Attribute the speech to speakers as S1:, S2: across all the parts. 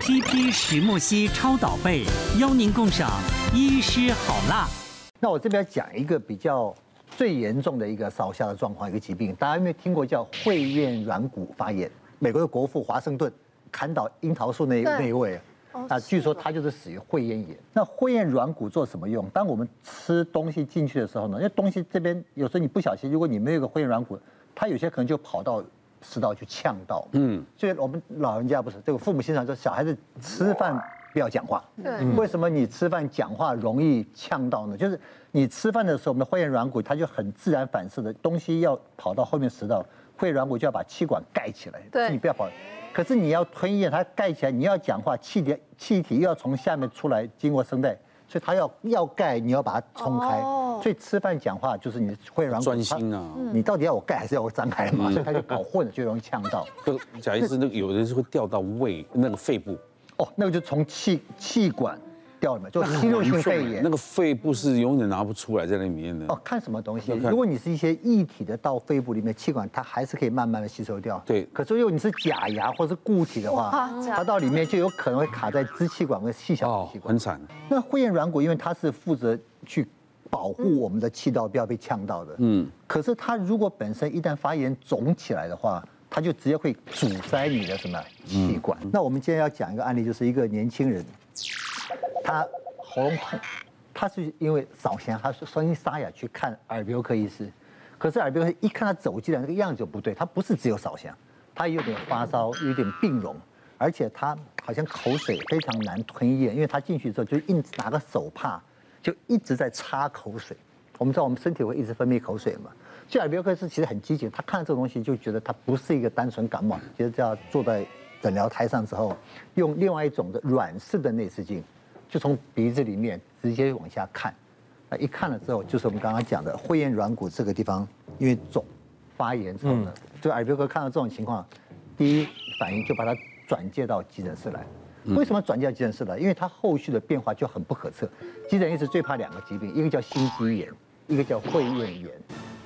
S1: CP 石墨烯超导被，邀您共赏医师好辣。
S2: 那我这边讲一个比较最严重的一个烧瞎的状况，一个疾病，大家有没有听过叫会厌软骨发炎？美国的国父华盛顿砍倒樱桃树那
S3: 对
S2: 那一位。
S3: 哦
S2: 啊，
S3: 是
S2: 据说
S3: 吗
S2: 它就是死于会厌炎。那会厌软骨做什么用？当我们吃东西进去的时候呢，因为东西这边有时候你不小心，如果你没有一个会厌软骨，它有些可能就跑到食道去呛到。嗯，所以我们老人家不是这个父母经常说，小孩子吃饭不要讲话。
S3: 对
S2: 为什么你吃饭讲话容易呛到呢？就是你吃饭的时候，我们的会厌软骨它就很自然反射的东西要跑到后面食道，会厌软骨就要把气管盖起来，
S3: 对
S2: 你不要跑。可是你要吞咽，它盖起来，你要讲话，气体气体又要从下面出来，经过声带，所以它要要盖，你要把它冲开。
S3: 哦嗯
S2: 所以吃饭讲话就是你的会软骨
S4: 专心啊，
S2: 它你到底要我盖还是要我张开 嘛？所以它就搞混了，就容易呛到。
S4: 这个贾医师，那个有人是会掉到胃那个肺部，
S2: 哦，那个就从气气管掉了嘛， 就吸入性肺炎
S4: 那。个肺部是永远拿不出来在那里面的。
S2: 哦，看什么东西？
S4: 要看
S2: 如果你是一些液体的到肺部里面气管，它还是可以慢慢的吸收掉。
S4: 对
S2: 可是如果你是假牙或是固体的话
S3: 哇，
S2: 它到里面就有可能会卡在支气管跟细小
S4: 哦
S2: 支气，管
S4: 很。惨。
S2: 那会厌软骨，因为它是负责去保护我们的气道不要被呛到的。嗯。可是它如果本身一旦发炎肿起来的话，它就直接会阻塞你的什么气管。
S4: 嗯
S2: 那我们今天要讲一个案例，就是一个年轻人，他喉咙痛，他是因为扫弦，他是声音沙哑去看耳鼻喉科医师，可是耳鼻喉科一看他走进来那个样子就不对，他不是只有扫弦，他有点发烧，有点病容，而且他好像口水非常难吞咽，因为他进去之后就硬拿个手帕就一直在擦口水。我们知道我们身体会一直分泌口水嘛，所以耳鼻喉科医师其实很积极，他看到这个东西就觉得他不是一个单纯感冒，觉得要坐在诊疗台上之后，用另外一种的软式的内视镜，就从鼻子里面直接往下看，那一看了之后，就是我们刚刚讲的会厌软骨这个地方，因为肿发炎之后呢，对耳鼻喉科看到这种情况，第一反应就把它转介到急诊室来。为什么转介到急诊室来？因为它后续的变化就很不可测。急诊医师最怕两个疾病，一个叫心肌炎，一个叫会厌炎。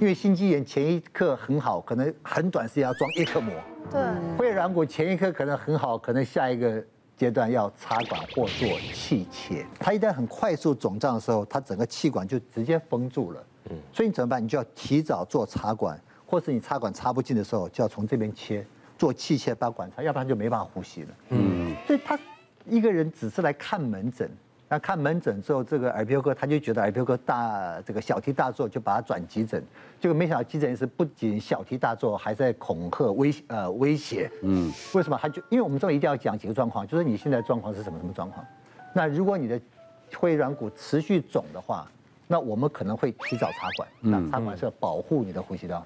S2: 因为心肌炎前一刻很好，可能很短时间要装一克膜，
S3: 对，
S2: 会软骨前一刻可能很好，可能下一个阶段要插管或做气切。它一旦很快速肿胀的时候，它整个气管就直接封住了。嗯，所以你怎么办？你就要提早做插管，或是你插管插不进的时候，就要从这边切，做气切把管插，要不然就没办法呼吸了。嗯，所以他一个人只是来看门诊。那看门诊之后，这个耳鼻喉科他就觉得耳鼻喉科大这个小题大做，就把他转急诊。结果没想到急诊医师不仅小题大做，还在恐吓、威呃威胁。嗯，为什么？他就因为我们这里一定要讲几个状况，就是你现在状况是什么什么状况。那如果你的会软骨持续肿的话，那我们可能会提早插管。那插管是要保护你的呼吸道，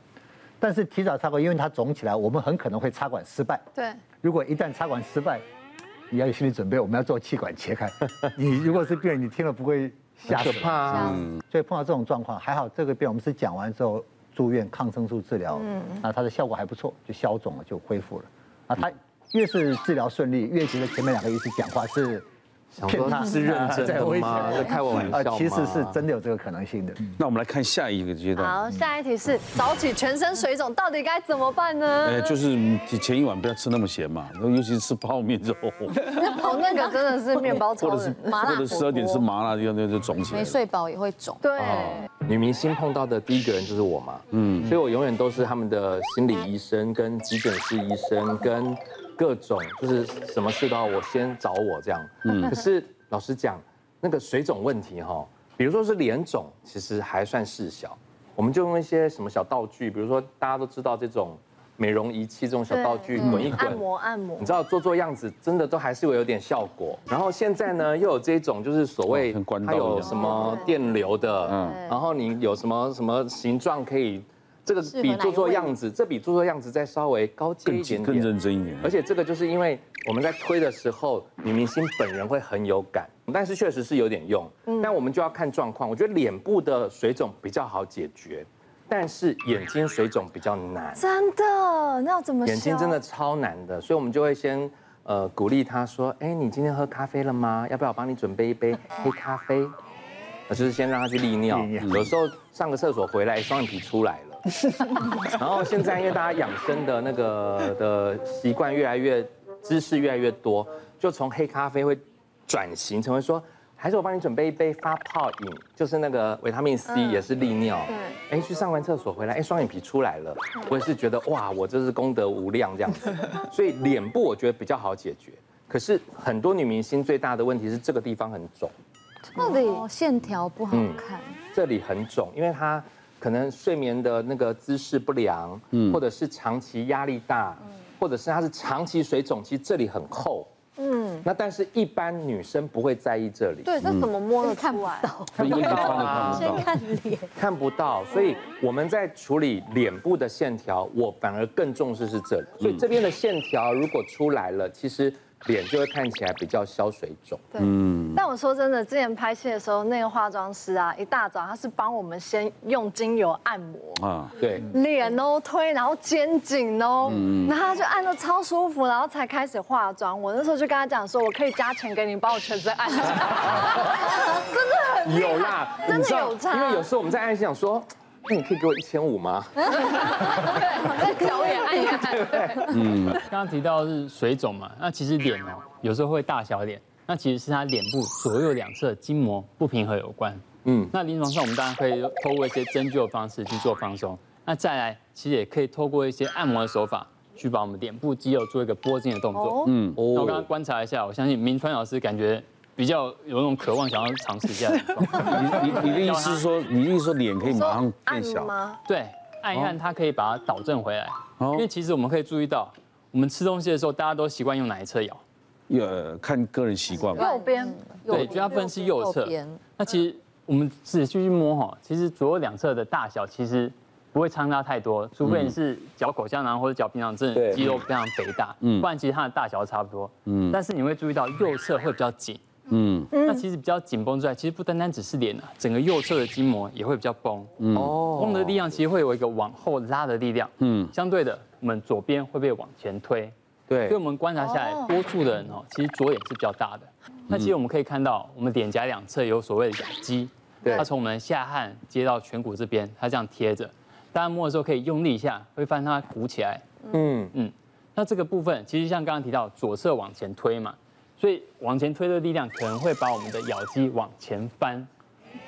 S2: 但是提早插管，因为它肿起来，我们很可能会插管失败。
S3: 对，
S2: 如果一旦插管失败，你要有心理准备，我们要做气管切 开。你如果是病人，你听了不会吓死。怕
S3: 啊
S5: 嗯
S2: 所以碰到这种状况，还好这个病我们是讲完之后住院抗生素治疗，啊，它的效果还不错，就消肿了，就恢复了。啊，他越是治疗顺利，越觉得前面两个医师讲话是
S5: 想
S2: 骗
S5: 说
S2: 他，
S5: 是认 真
S2: 在
S5: 的
S2: 威胁
S5: 吗？
S2: 我
S5: 在开我玩笑
S2: 啊，
S5: 吗
S2: 其实是真的有这个可能性的。
S4: 那我们来看下一个阶段，
S3: 好，下一题是早起全身水肿到底该怎么办呢？
S4: 呃，就是提前一晚不要吃那么咸嘛，尤其是吃泡面之后，
S3: 哦，那个真的是面包
S4: 或
S3: 超
S4: 者是哦
S3: 人，
S4: 或者十二点吃麻辣，要那就肿起来
S6: 没。睡饱也会肿。
S3: 对，
S5: 女明星碰到的第一个人就是我嘛，嗯，所以我永远都是他们的心理医生、跟急诊室医生、跟各种就是什么事都要我先找我这样，嗯。可是老实讲，那个水肿问题哈、比如说是脸肿，其实还算事小，我们就用一些什么小道具，比如说大家都知道这种美容仪器这种小
S3: 对
S5: 道具
S3: 嗯
S5: 滚一滚，
S3: 按摩按摩
S5: 你，知道做做样子，真的都还是会有点效果。然后现在呢，又有这种就是所谓
S4: 哦很官道
S5: 它
S4: 一样
S5: 有什么电流的，
S4: 嗯
S5: 然后你有什么什么形状可以，这个
S6: 适合哪一
S5: 比
S6: 位
S5: 做做样子，这比做做样子再稍微高阶
S4: 更
S5: 一点
S4: 更
S5: 点。
S4: 认真一点，
S5: 而且这个就是因为我们在推的时候，女明星本人会很有感，但是确实是有点用。
S6: 嗯
S5: 但我们就要看状况，我觉得脸部的水肿比较好解决，但是眼睛水肿比较难。
S3: 真的，那要怎么
S5: 眼睛
S3: 消
S5: 真的超难的，所以我们就会先呃鼓励他说，哎，你今天喝咖啡了吗？要不要我帮你准备一杯黑咖啡？呃就是先让他去利尿，有时候上个厕所回来双眼皮出来了，然后现在因为大家养生的那个的习惯越来越，知识越来越多，就从黑咖啡会转型成为说，还是我帮你准备一杯发泡饮，就是那个维他命 C 也是利尿。哎，去上完厕所回来，哎，双眼皮出来了，我也是觉得哇，我这是功德无量这样子。所以脸部我觉得比较好解决，可是很多女明星最大的问题是这个地方很肿。
S6: 到底
S3: 哦
S6: 线条不好看，
S5: 嗯这里很肿，因为他可能睡眠的那个姿势不良，或者是长期压力大，
S3: 嗯
S5: 或者是他是长期水肿，其实这里很厚，嗯，那但是一般女生不会在意这里，
S3: 对，
S4: 嗯
S3: 这怎么摸得
S6: 看不
S3: 出来？
S6: 到，
S4: 因为你穿都看
S5: 啊
S4: 不
S6: 先
S4: 到。
S6: 看脸。
S5: 看不到，所以我们在处理脸部的线条，我反而更重视是这里，所以这边的线条如果出来了，其实脸就会看起来比较消水肿。
S3: 对，
S4: 嗯
S3: 但我说真的，之前拍戏的时候，那个化妆师啊，一大早他是帮我们先用精油按摩，
S4: 啊，
S3: 嗯
S5: 对，
S3: 脸哦推，然后肩颈哦，
S4: 嗯
S3: 然后他就按的超舒服，然后才开始化妆。我那时候就跟他讲说，我可以加钱给你帮我全身按，真 的很厉害
S5: 有啦，
S3: 真
S5: 你
S3: 的
S5: 知道
S3: 有差，
S5: 因为有时候我们在暗示想说，那你可以给我一千五吗？
S3: 嗯在脚也按一按。
S7: 刚刚提到是水肿嘛，那其实脸哦，有时候会大小脸，那其实是它脸部左右两侧筋膜不平衡有关。
S5: 嗯
S7: 嗯，那临床上我们当然可以透过一些针灸的方式去做放松，那再来其实也可以透过一些按摩的手法去把我们脸部肌肉做一个拨筋的动作。
S3: 哦，
S4: 嗯，
S7: 那我刚刚观察一下，我相信明川老师感觉比较有那种渴望想要尝试一下的地方。
S4: 你你你的意思是说，你的意思说脸可以马
S3: 说
S4: 上变
S3: 按
S4: 小？
S3: 吗？
S7: 对，按一按它可以把它导正回来。
S4: 哦
S7: 因为其实我们可以注意到，我们吃东西的时候，大家都习惯用哪一侧咬？
S4: 呃，看个人习惯吧。
S3: 右边
S7: 对，就它分是右侧
S6: 边。
S7: 那其实我们仔细去摸哈，其实左右两侧的大小其实不会相差太多，除非你是嚼口香糖或者嚼槟榔，真的
S5: 对
S7: 肌肉非常肥大，
S4: 嗯
S7: 不然其实它的大小差不多。
S4: 嗯
S7: 嗯，但是你会注意到右侧会比较紧。
S4: 嗯，
S7: 那其实比较紧绷之外，其实不单单只是脸啊，整个右侧的筋膜也会比较绷。
S5: 哦
S7: 绷的力量其实会有一个往后拉的力量。
S4: 嗯
S7: 嗯，相对的，我们左边会被往前推。
S5: 对
S7: 所以我们观察下来，多数的人哦，其实左眼是比较大的。那其实我们可以看到，我们脸颊两侧有所谓的眼肌，
S5: 对
S7: 它从我们下颌接到颧骨这边，它这样贴着。大家摸的时候可以用力一下，会发现它鼓起来。
S5: 嗯，
S7: 嗯，那这个部分其实像刚刚提到，左侧往前推嘛，所以往前推的力量可能会把我们的咬肌往前翻，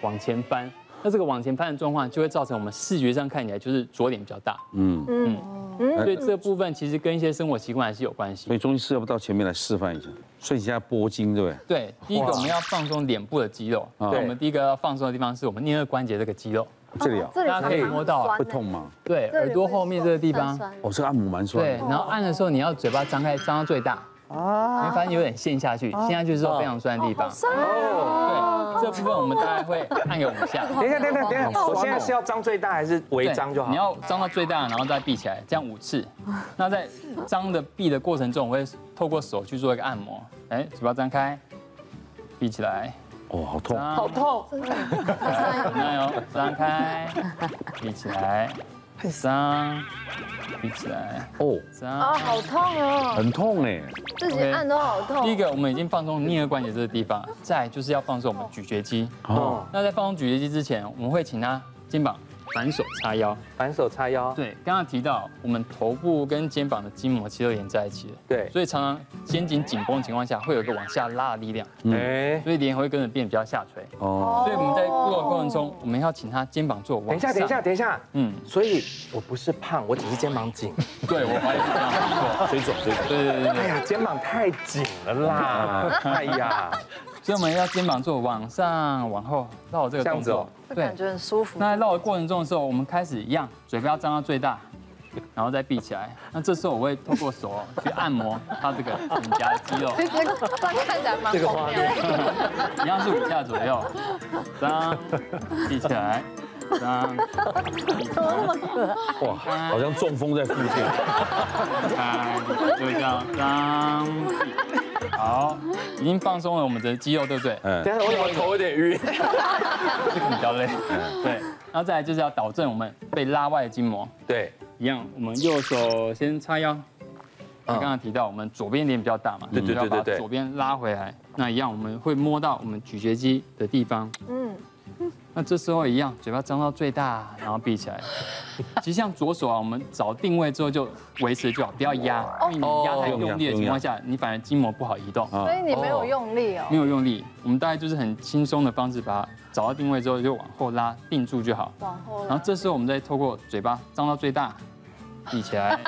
S7: 往前翻。那这个往前翻的状况，就会造成我们视觉上看起来就是左脸比较大。
S4: 嗯，
S7: 所以这个部分其实跟一些生活习惯还是有关系
S4: 所。以中医师要不到前面来示范一下，所以你现在拨筋对不对？
S7: 对，第一个我们要放松脸部的肌肉。
S4: 啊
S7: 那我们第一个要放松的地方是我们颞颌关节这个肌肉。
S4: 这里啊，
S3: 这里
S7: 大家可以摸到啊
S4: 会痛吗？
S7: 对，耳朵后面这个地
S3: 很
S7: 方。
S3: 酸。
S4: 哦，这个按摩蛮酸
S7: 对，
S4: 的。
S7: 然后按的时候你要嘴巴张开，张到最大。啊。你会发现有点陷下去，陷下去之后非常酸的啊地方。对，这部分我们大概会按给我们下。
S5: 等一下，等一下，等一下，我现在是要张最大还是微
S7: 对
S5: 张就好？
S7: 你要张到最大，然后再闭起来，这样五 次。那在张的闭的过程中，我会透过手去做一个按摩。哎，嘴巴张开，闭起来，
S4: 哦，好痛。
S7: 好痛！加油，张开，闭起来，张，闭起来，
S4: 哦，
S7: 张
S3: 啊，。好痛哦，
S4: 很痛哎。
S3: 自己按都好
S7: 第
S3: 痛。
S7: 一个，我们已经放松颞颌关节这个地方，再来就是要放松我们咀嚼肌。
S4: 哦，
S7: 那在放松咀嚼肌之前，我们会请他肩膀反手叉腰。
S5: 反手叉腰，
S7: 对，刚刚提到我们头部跟肩膀的筋膜其实都连在一起的，
S5: 对，
S7: 所以常常肩颈紧绷的情况下，会有一个往下拉的力量，
S5: 哎，
S7: 所以脸会跟着变比较下垂。
S4: 哦，
S7: 所以我们在做的过程中，我们要请他肩膀做往
S5: 等一下，等一下，
S7: 上，
S5: 等一下，
S7: 嗯，
S5: 所以我不是胖，我只是肩膀紧。
S7: 对我怀疑是这样没错。
S4: 水肿，水肿。
S7: 对对对 对
S5: 哎呀，肩膀太紧了啦！ 哎呀，
S7: 所以我们要肩膀做往上、往后绕这个动作。
S3: 这感觉很舒服。
S7: 那在绕的过程中的时候，我们开始一样，嘴巴要张到最大，然后再闭起来。那这时候我会透过手去按摩它这个脸颊的肌肉，
S3: 其实这样看起来蛮荒谬的。
S7: 一样是五下左右，张，闭起来，张，
S4: 哇，好像中风在附 近。
S7: 开，就这样，张，好，已经放松了我们的肌肉，对不对？
S4: 嗯
S5: 等一下，我怎么头有点晕？
S7: 这个比较累，
S5: 嗯
S7: 对。然后再来就是要导正我们被拉外的筋膜，
S5: 对，
S7: 一样，我们右手先叉腰。你刚刚提到我们左边脸比较大嘛，
S5: 嗯对对对
S7: 我们要把
S5: 对对对
S7: 左边拉回来。那一样，我们会摸到我们咀嚼肌的地方，
S3: 嗯，
S7: 那这时候一样，嘴巴张到最大，然后闭起来。其实像左手啊，我们找定位之后就维持就好，不要压，
S5: 哦
S7: 因为你压太用力的情况下，你反而筋膜不好移动。
S3: 所以你没有用力哦
S7: 没。有用力，我们大概就是很轻松的方式，把它找到定位之后就往后拉，定住就好。
S3: 往后
S7: 然
S3: 拉
S7: 后，这时候我们再透过嘴巴张到最大，闭起来，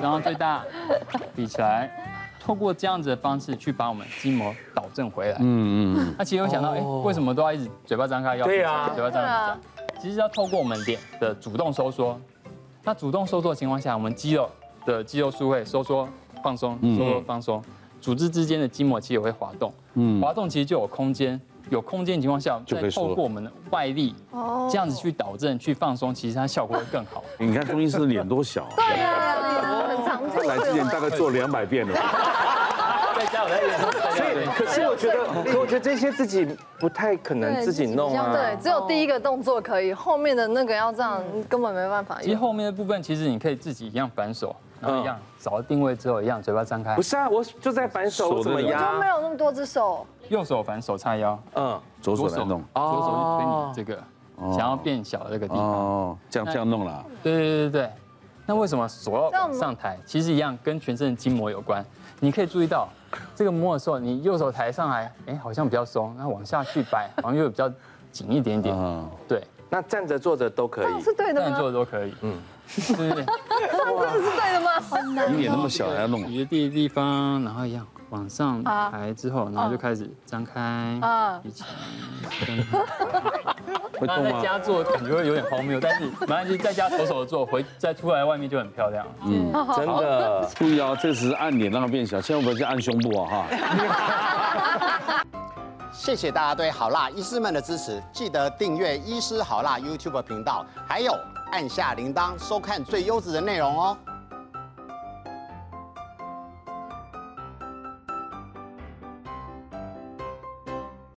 S7: 张到最大，闭起来，透过这样子的方式去把我们筋膜导正回来。
S4: 嗯嗯，
S7: 那其实有想到，哎，为什么都要一直嘴巴张开要？
S8: 对啊
S7: 嘴巴张
S3: 对啊
S7: 开。其实要透过我们脸的主动收缩。那主动收缩的情况下，我们肌肉的肌肉束会收缩、放松、收缩、放松，组织之间的筋膜其实也会滑动。嗯，滑动其实就有空间，有空间的情况下，
S4: 就可
S7: 再
S4: 以缩
S7: 透过我们的外力，
S3: 哦
S7: 这样子去导正、去放松，其实它效果会更好。
S4: 嗯你看中医师的脸多小啊，
S3: 对呀，很常
S8: 他
S3: 做。
S8: 来之前大概做两百遍了。
S7: 再加我再练，
S5: 可是我觉得，可是我觉得这些自己不太可能自己弄啊。
S3: 对，只有第一个动作可以，后面的那个要这样，根本没办法
S7: 其实
S3: 用。
S7: 后面的部分，其实你可以自己一样反手，然后一样找到定位之后，一样嘴巴张开
S5: 不，是啊，我就在反手，我怎么
S3: 就没
S5: 压？
S3: 有那么多只手，
S7: 右手反手叉腰，
S5: 嗯，
S4: 左手来弄。
S7: 左手去推你这个想要变小的这个地方。
S4: 哦，这样这样弄了，
S7: 对对对对对。那为什么手要
S3: 这样
S7: 往
S3: 吗
S7: 上抬？其实一样跟全身的筋膜有关。你可以注意到，这个摸的时候，你右手抬上来，哎，好像比较松，那往下去掰，好像又比较紧一点点。
S4: 嗯，
S7: 对，
S5: 那站着坐着都可
S3: 这
S5: 以
S3: 样。是对的
S7: 但
S3: 吗？
S7: 做的都可以。嗯，对对对。
S3: 这是对的吗？
S4: 你脸那么小还要弄，
S7: 举的地地方，然后一样往上
S3: 啊
S7: 抬之后，然后就开始张开，
S3: 啊
S7: 闭起来。
S4: 会
S7: 那
S4: 动
S7: 在
S4: 吗？
S7: 家做感觉会有点荒谬，但是没关系，在家手手做，回再出来外面就很漂亮。
S5: 真的，
S4: 注意啊，这只是按脸让它变小，千万不要去按胸部啊哈。
S9: 谢谢大家对好辣医师们的支持，记得订阅医师好辣 YouTube 频道，还有按下铃铛收看最优质的内容哦。